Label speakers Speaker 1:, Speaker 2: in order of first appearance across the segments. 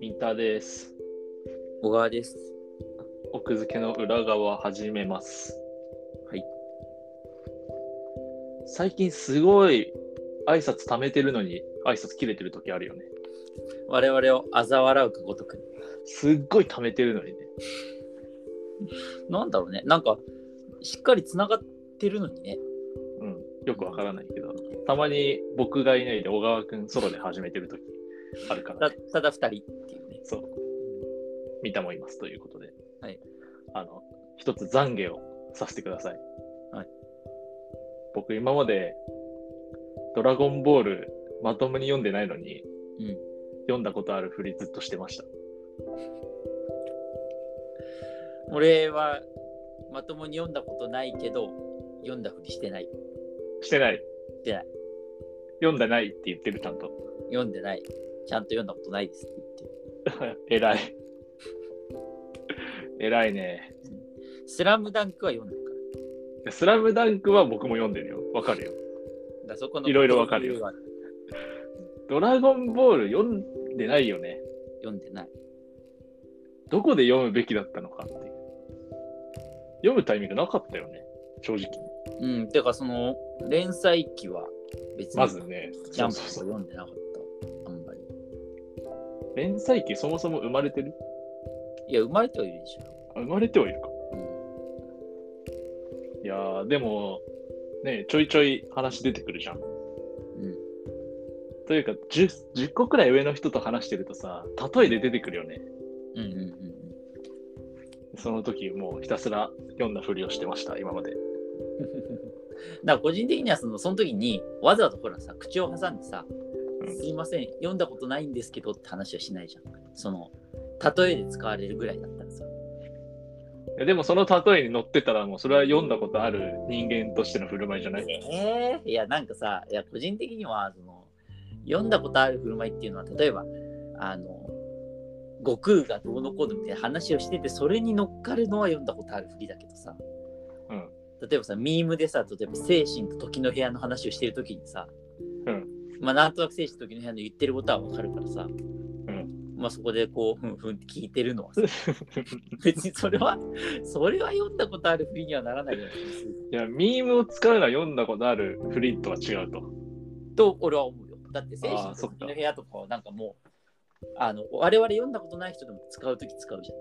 Speaker 1: 三田です。
Speaker 2: 小川です。
Speaker 1: 奥付けの裏側始めます。
Speaker 2: はい。
Speaker 1: 最近すごい挨拶貯めてるのに挨拶切れてる時あるよね。
Speaker 2: 我々を嘲笑うかごとく。
Speaker 1: すっごい貯めてるのにね。
Speaker 2: なんだろうね。なんか、しっかりつながってるのにね。
Speaker 1: うん。よくわからないけど、たまに僕がいないで小川くんソロで始めてる時あるから、
Speaker 2: た
Speaker 1: ね。
Speaker 2: ただ二人っていうね。
Speaker 1: そう。三田もいますということで。
Speaker 2: はい。
Speaker 1: あの、一つ懺悔をさせてください。
Speaker 2: はい。
Speaker 1: 僕今まで、ドラゴンボールまともに読んでないのに、
Speaker 2: うん。
Speaker 1: 読んだことあるふりずっとしてました。
Speaker 2: 俺は、まともに読んだことないけど、読んだふりしてない。
Speaker 1: してない。
Speaker 2: してない。
Speaker 1: 読んでないって言ってる、ちゃんと。
Speaker 2: 読んでない。ちゃんと読んだことないですって言っ
Speaker 1: 偉い。偉いね。
Speaker 2: て。スラムダンクは読んでるか
Speaker 1: スラムダンクは僕も読んでるよ。わかるよ。
Speaker 2: ら。だからそこの
Speaker 1: いろいろわかるよ
Speaker 2: 理由は
Speaker 1: ドラゴンボール読んでないよね。
Speaker 2: 読んでない。
Speaker 1: どこで読むべきだったのかっていう。読むタイミングなかったよね。正直。
Speaker 2: うん。てか、その、連載期は別に、
Speaker 1: まずね。
Speaker 2: ジャンプ
Speaker 1: そ
Speaker 2: と
Speaker 1: う
Speaker 2: か
Speaker 1: そうそう
Speaker 2: 読んでなかった。あんまり。
Speaker 1: 連載期そもそも生まれてる
Speaker 2: いや、生まれてはいるでしょ。
Speaker 1: あ生まれてはいるか。
Speaker 2: うん
Speaker 1: いやー、でも、ね、ちょいちょい話出てくるじゃん。
Speaker 2: うん。
Speaker 1: というか 10, 10個くらい上の人と話してるとさ例えで出てくるよね
Speaker 2: うんうんうんうん。
Speaker 1: その時もうひたすら読んだふりをしてました今まで
Speaker 2: だから個人的にはそのその時にわざわざほらさ口を挟んでさ「
Speaker 1: うん
Speaker 2: すいません読んだことないんですけど」って話はしないじゃんその例えで使われるぐらいだったらさ
Speaker 1: いやでもその例えに乗ってたらもうそれは読んだことある人間としての振る舞いじゃない
Speaker 2: えー、いやなんかさいや個人的にはその読んだことある振る舞いっていうのは例えばあの悟空がどうのこうのみたいな話をしててそれに乗っかるのは読んだことあるふりだけどさ、
Speaker 1: うん
Speaker 2: 例えばさミームでさ例えば精神と時の部屋の話をしてるときにさ、
Speaker 1: うん
Speaker 2: まあなんとなく精神と時の部屋の言ってることはわかるからさ、
Speaker 1: ん
Speaker 2: まあそこでこうふんふんって聞いてるのは さ別にそれはそれは読んだことあるふりにはならないような気がする
Speaker 1: いやミームを使うのは読んだことあるふりとは違うと
Speaker 2: と俺は思うよ。だって精
Speaker 1: あー
Speaker 2: 神
Speaker 1: そ
Speaker 2: と
Speaker 1: っか
Speaker 2: 時の部屋とかはなんかもうあの我々読んだことない人でも使うとき使うじゃ ん。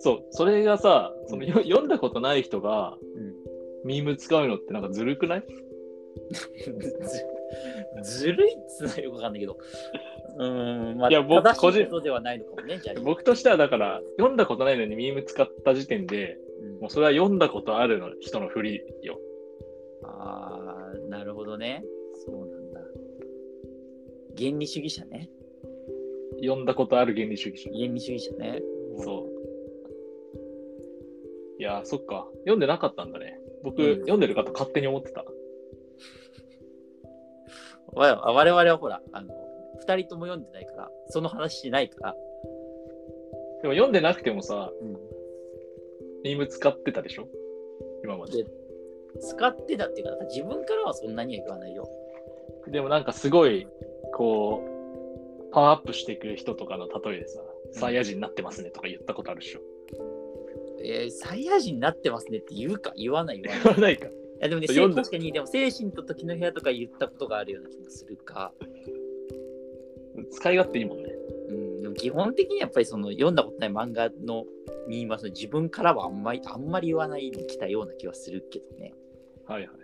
Speaker 1: そうそれがさそのよ読んだことない人が
Speaker 2: うん
Speaker 1: ミーム使うのってなんかずるくない
Speaker 2: ずずるいっつうのはよくわかんないけど。うーん、まあ、
Speaker 1: いや僕
Speaker 2: 正
Speaker 1: 個
Speaker 2: しい
Speaker 1: 人
Speaker 2: ことではないのかもね、じゃあ。
Speaker 1: 僕としてはだから読んだことないのにミーム使った時点で
Speaker 2: うん
Speaker 1: もうそれは読んだことあるの人のふりよ
Speaker 2: ああ、なるほどね。そうなんだ。原理主義者ね。
Speaker 1: 読んだことある原理主義者
Speaker 2: 原理主義者ね。
Speaker 1: そう。いやー、そっか。読んでなかったんだね。僕、
Speaker 2: うん
Speaker 1: 読んでるかと勝手に思ってた。
Speaker 2: 我々我々はほら、あの、二人とも読んでないから、その話しないから。
Speaker 1: でも読んでなくてもさ、
Speaker 2: うん
Speaker 1: ミーム使ってたでしょ今まで。
Speaker 2: 使ってたっていうか、だから自分からはそんなには言わないよ。
Speaker 1: でもなんかすごい、こう、パワーアップしていく人とかの例えでさ、サイヤ人になってますねとか言ったことあるでしょ。
Speaker 2: えー、サイヤ人になってますねって言うか言わな い言わない。
Speaker 1: 言わないか。
Speaker 2: いやでもね、
Speaker 1: そう読んだ
Speaker 2: 確かに、でも精神と時の部屋とか言ったことがあるような気がするか。
Speaker 1: 使い勝手いいもんね。
Speaker 2: うん、でも基本的にやっぱりその読んだことない漫画のにまあその自分からはあんまりあんまり言わないできたような気はするけどね。
Speaker 1: はいはい。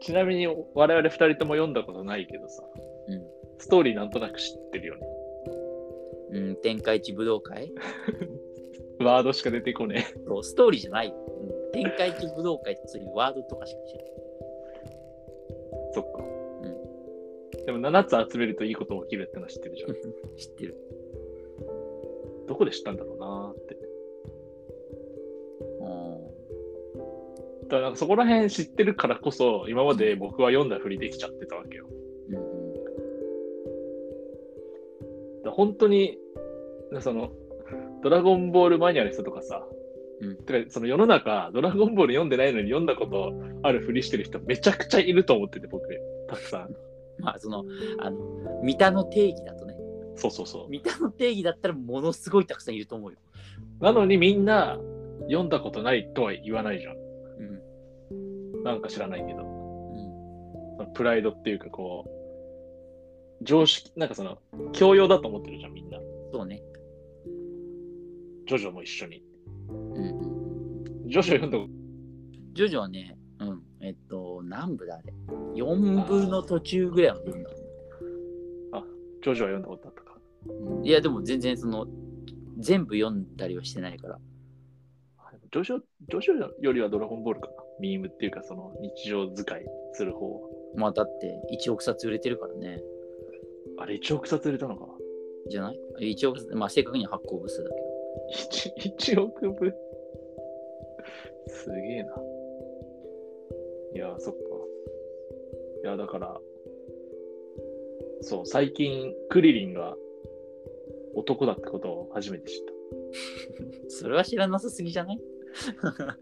Speaker 1: ちなみに我々二人とも読んだことないけどさ、
Speaker 2: う
Speaker 1: ストーリーなんとなく知ってるよね。
Speaker 2: ん。うん、天下一武道会
Speaker 1: ワードしか出てこねえ。
Speaker 2: そうストーリーじゃない。うん、天下一武道会ってそういうワードとかしか知らない。
Speaker 1: そっか。でも7つ集めるといいこと起きるってのは知ってるじゃん。
Speaker 2: 知ってる。
Speaker 1: どこで知ったんだろうなーって。だ
Speaker 2: う
Speaker 1: からなんかそこら辺知ってるからこそ、今まで僕は読んだふりできちゃってたわけよ。
Speaker 2: ん。うんうん
Speaker 1: だから本当に、その、ドラゴンボールマニアの人とかさ、
Speaker 2: うん
Speaker 1: てか、その世の中、ドラゴンボール読んでないのに読んだことあるふりしてる人めちゃくちゃいると思ってて、僕、たくさん。
Speaker 2: まあそのあの三田の定義だとね
Speaker 1: そうそうそう。
Speaker 2: 三田の定義だったらものすごいたくさんいると思うよ、
Speaker 1: なのにみんな読んだことないとは言わないじゃん。
Speaker 2: うん
Speaker 1: なんか知らないけど。
Speaker 2: うん
Speaker 1: そのプライドっていうかこう、常識、なんかその、教養だと思ってるじゃん、みんな。
Speaker 2: そうね
Speaker 1: ジョジョも一緒に。
Speaker 2: うん
Speaker 1: ジョジョ読んだこと
Speaker 2: ジョジョはねうんえっと何部だあれ4部の途中ぐらいまで読んだ、
Speaker 1: ジョジョは読んだことあったか。
Speaker 2: うんいやでも全然その全部読んだりはしてないから
Speaker 1: ジョジョ、ジョジョよりはドラゴンボールかな。ミームっていうか、その日常使いする方は。
Speaker 2: まあだって1億冊売れてるからね
Speaker 1: あれ、1億冊売れたのかな
Speaker 2: じゃない ?1 億冊まあ正確には発行部数だけど
Speaker 1: 1, 1億部すげえな。いやー、そっか。いや、だから、そう、最近、クリリンが男だってことを初めて知っ
Speaker 2: それは知らなさすぎじゃない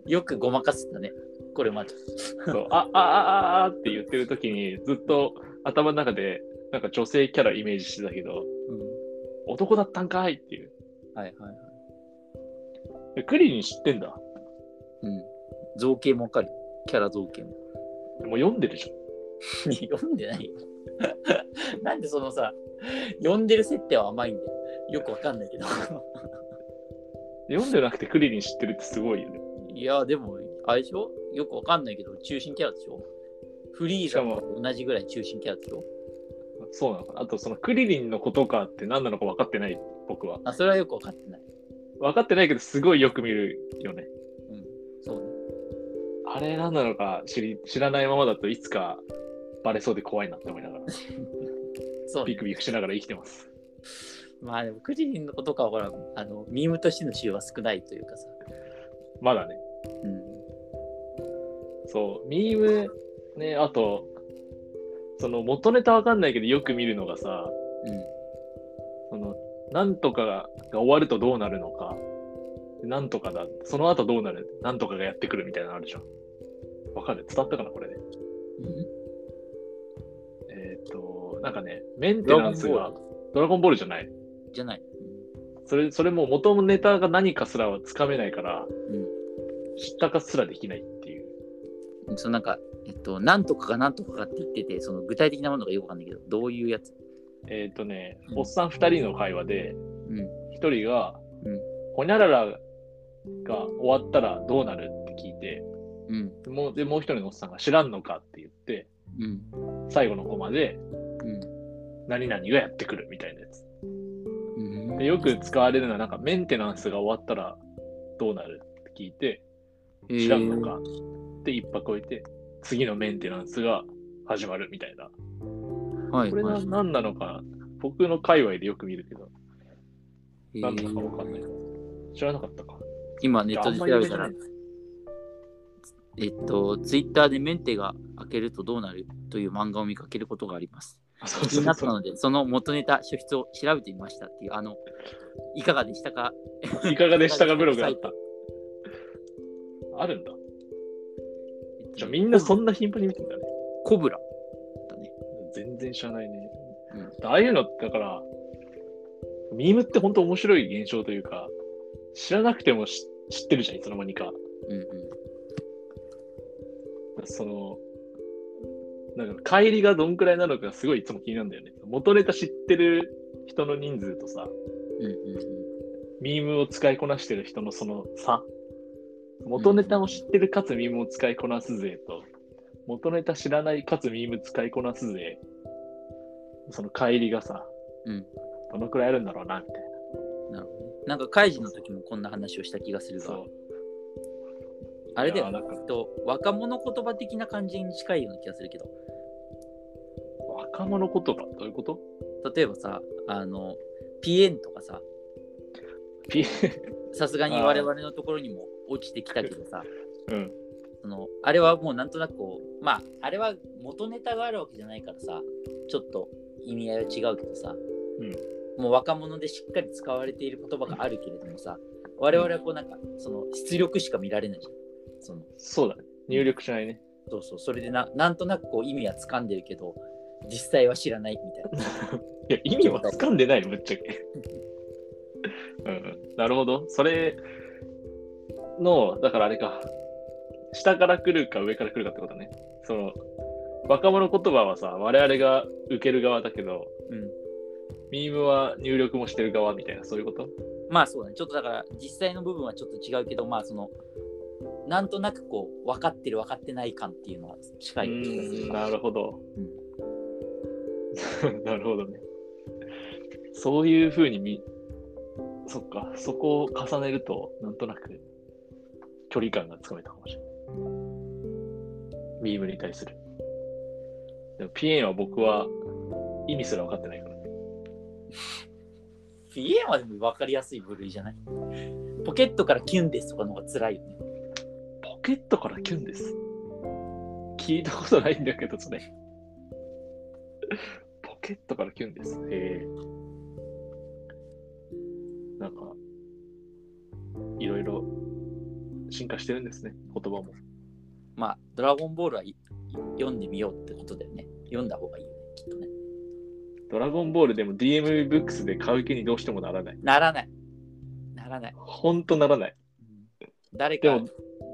Speaker 2: よくごまかせたねこれまで
Speaker 1: た。そうあ、あ、あ、あ、あって言ってる時に、ずっと頭の中で、なんか女性キャライメージしてたけど、
Speaker 2: うん
Speaker 1: 男だったんかいっていう。
Speaker 2: はいはいはい
Speaker 1: えクリリン知ってんだ。
Speaker 2: うん造形もわかるキャラ造形も
Speaker 1: もう読んでるじゃん。
Speaker 2: 読んでないよ なんでそのさ読んでる設定は甘いんだよよくわかんないけど
Speaker 1: 読んでなくてクリリン知ってるってすごいよね。
Speaker 2: いやでもあれでしょよくわかんないけど中心キャラでしょフリーザと同じぐらい中心キャラでしょ
Speaker 1: そうなのかな。あと、そのクリリンのことかって何なのか分かってない、僕は。
Speaker 2: あそれはよくわかってない、
Speaker 1: 分かってないけど、すごいよく見るよね。
Speaker 2: うん、そうね
Speaker 1: あれ何なのか知り知らないままだといつかバレそうで怖いなって思いながら、
Speaker 2: そうね
Speaker 1: ビクビクしながら生きてます。
Speaker 2: まあでもクリリンのことかはほらあのミームとしての使用は少ないというかさ、
Speaker 1: まだね。
Speaker 2: うん、
Speaker 1: そう、ミーム、ね、あと、その元ネタ分かんないけど、よく見るのがさ、その、なんとかが終わるとどうなるのか、なんとかだ、その後どうなる、なんとかがやってくるみたいなのあるじゃん。わかる伝わったかな、これで。
Speaker 2: うん、
Speaker 1: えっ、と、なんかね、メンテナンスが、ドラゴンボールじゃない。
Speaker 2: じゃない、
Speaker 1: それ、それも元のネタが何かすらはつかめないから、
Speaker 2: う
Speaker 1: 知ったかすらできないっていう。
Speaker 2: んうん、そのなんかえっとなんとかがなんとかがって言っててその具体的なものがよくわかんないけどどういうやつ
Speaker 1: えっ、とね、
Speaker 2: うん
Speaker 1: おっさん2人の会話で、
Speaker 2: うん
Speaker 1: 1人が
Speaker 2: うん、
Speaker 1: ほにゃららが終わったらどうなるって聞いて、
Speaker 2: うん
Speaker 1: でもうでもう1人のおっさんが知らんのかって言って、
Speaker 2: うん
Speaker 1: 最後のコマで、
Speaker 2: う
Speaker 1: 何々がやってくるみたいなやつ。
Speaker 2: んうん
Speaker 1: でよく使われるのは、なんかメンテナンスが終わったらどうなるって聞いて、知らんのかって一泊置いて、次のメンテナンスが始まるみたいな。
Speaker 2: えーはい
Speaker 1: これな
Speaker 2: はい
Speaker 1: 何なのか、僕の界隈でよく見るけど、何なのかわかんない
Speaker 2: えー。
Speaker 1: 知らなかったか。
Speaker 2: 今ネットで調べた
Speaker 1: あんま
Speaker 2: ら
Speaker 1: り出て
Speaker 2: えっとツイッターでメンテが開けるとどうなるという漫画を見かけることがあります
Speaker 1: あそう
Speaker 2: 気
Speaker 1: そ
Speaker 2: にな
Speaker 1: う
Speaker 2: った
Speaker 1: そう
Speaker 2: ので、その元ネタ、書筆を調べてみましたっていう、あの、いかがでしたか
Speaker 1: いかがでしたかブログあった。あるんだ。じゃあみんなそんな頻繁に見てんだね。
Speaker 2: コブラだね。
Speaker 1: 全然知らないね。
Speaker 2: うん
Speaker 1: ああいうのってだから、ミームって本当面白い現象というか、知らなくても知知ってるじゃん、いつの間にか。
Speaker 2: うんうん。
Speaker 1: その、なんか、帰りがどんくらいなのかすごいいつも気になるんだよね。元ネタ知ってる人の人数とさ、
Speaker 2: うんうんう
Speaker 1: ミームを使いこなしてる人のその差。元ネタを知ってるかつミームを使いこなす勢と、元ネタ知らないかつミーム使いこなす勢、その帰りがさ、
Speaker 2: うん
Speaker 1: どのくらいあるんだろうな、みたいな。
Speaker 2: ん。なるほどね。なんか、開示の時もこんな話をした気がするが、
Speaker 1: う。
Speaker 2: あれだよ
Speaker 1: いやなんか
Speaker 2: えっと、若者言葉的な感じに近いような気がするけど、
Speaker 1: 若者言葉、どういうこと
Speaker 2: 例えばさ、あの、ピエンとかさ、
Speaker 1: ピ
Speaker 2: さすがに
Speaker 1: あー
Speaker 2: 我々のところにも落ちてきたけどさ、
Speaker 1: うん。
Speaker 2: そのあれはもうなんとなくこうまああれは元ネタがあるわけじゃないからさちょっと意味合いは違うけどさ、
Speaker 1: うん
Speaker 2: もう若者でしっかり使われている言葉があるけれどもさ我々はこうなんか、その出力しか見られないじゃん。その
Speaker 1: そうだね。入力しないね。
Speaker 2: そうそう、それでななんとなくこう意味は掴んでるけど、実際は知らないみたいな。
Speaker 1: いや、意味は掴んでないの、ぶっちゃけ。うんうん、なるほど。それの、だからあれか、下から来るか上から来るかってことね。その、若者言葉はさ、我々が受ける側だけど、
Speaker 2: うん、
Speaker 1: ミームは入力もしてる側みたいな、そういうこと
Speaker 2: まあそうだね、ちょっとだから実際の部分はちょっと違うけど、まあその、なんとなくこう分かってる分かってない感っていうのは近い気がす
Speaker 1: う
Speaker 2: る
Speaker 1: んなるほど。 なるほどね。そういうふうにみ、そっか、そこを重ねると、なんとなく距離感がつかめたかもしれない。ビームに対する。でも、ピエンは僕は意味すら分かってないからね。
Speaker 2: フィエンはでも分かりやすい部類じゃないポケットからキュンですとかの方が辛いよね。
Speaker 1: ポケットからキュンです。聞いたことないんだけど、それ。ポケットからキュンです。へえ。なんか、いろいろ進化してるんですね、言葉も。
Speaker 2: まあ、ドラゴンボールはい読んでみようってことだよね。読んだ方がいいよね、きっとね。
Speaker 1: ドラゴンボールでも DM ブックスで買う気にどうしてもならない。
Speaker 2: ならない。ならない。
Speaker 1: ほんとならない。
Speaker 2: 誰か
Speaker 1: でも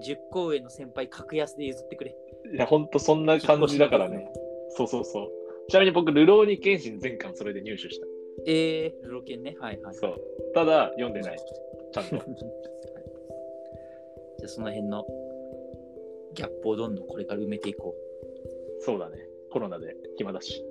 Speaker 2: 10個上の先輩格安で譲ってくれ。
Speaker 1: いや、ほんとそんな感じだからね。そうそうそう。ちなみに僕、ルローニケンシン全巻それで入手し
Speaker 2: えー、ルロケンね。はいは
Speaker 1: た。
Speaker 2: い。
Speaker 1: そう。ただ、読んでない。ちゃ んと。
Speaker 2: じゃあその辺のギャップをどんどんこれから埋めていこう。
Speaker 1: そうだね。コロナで暇だし。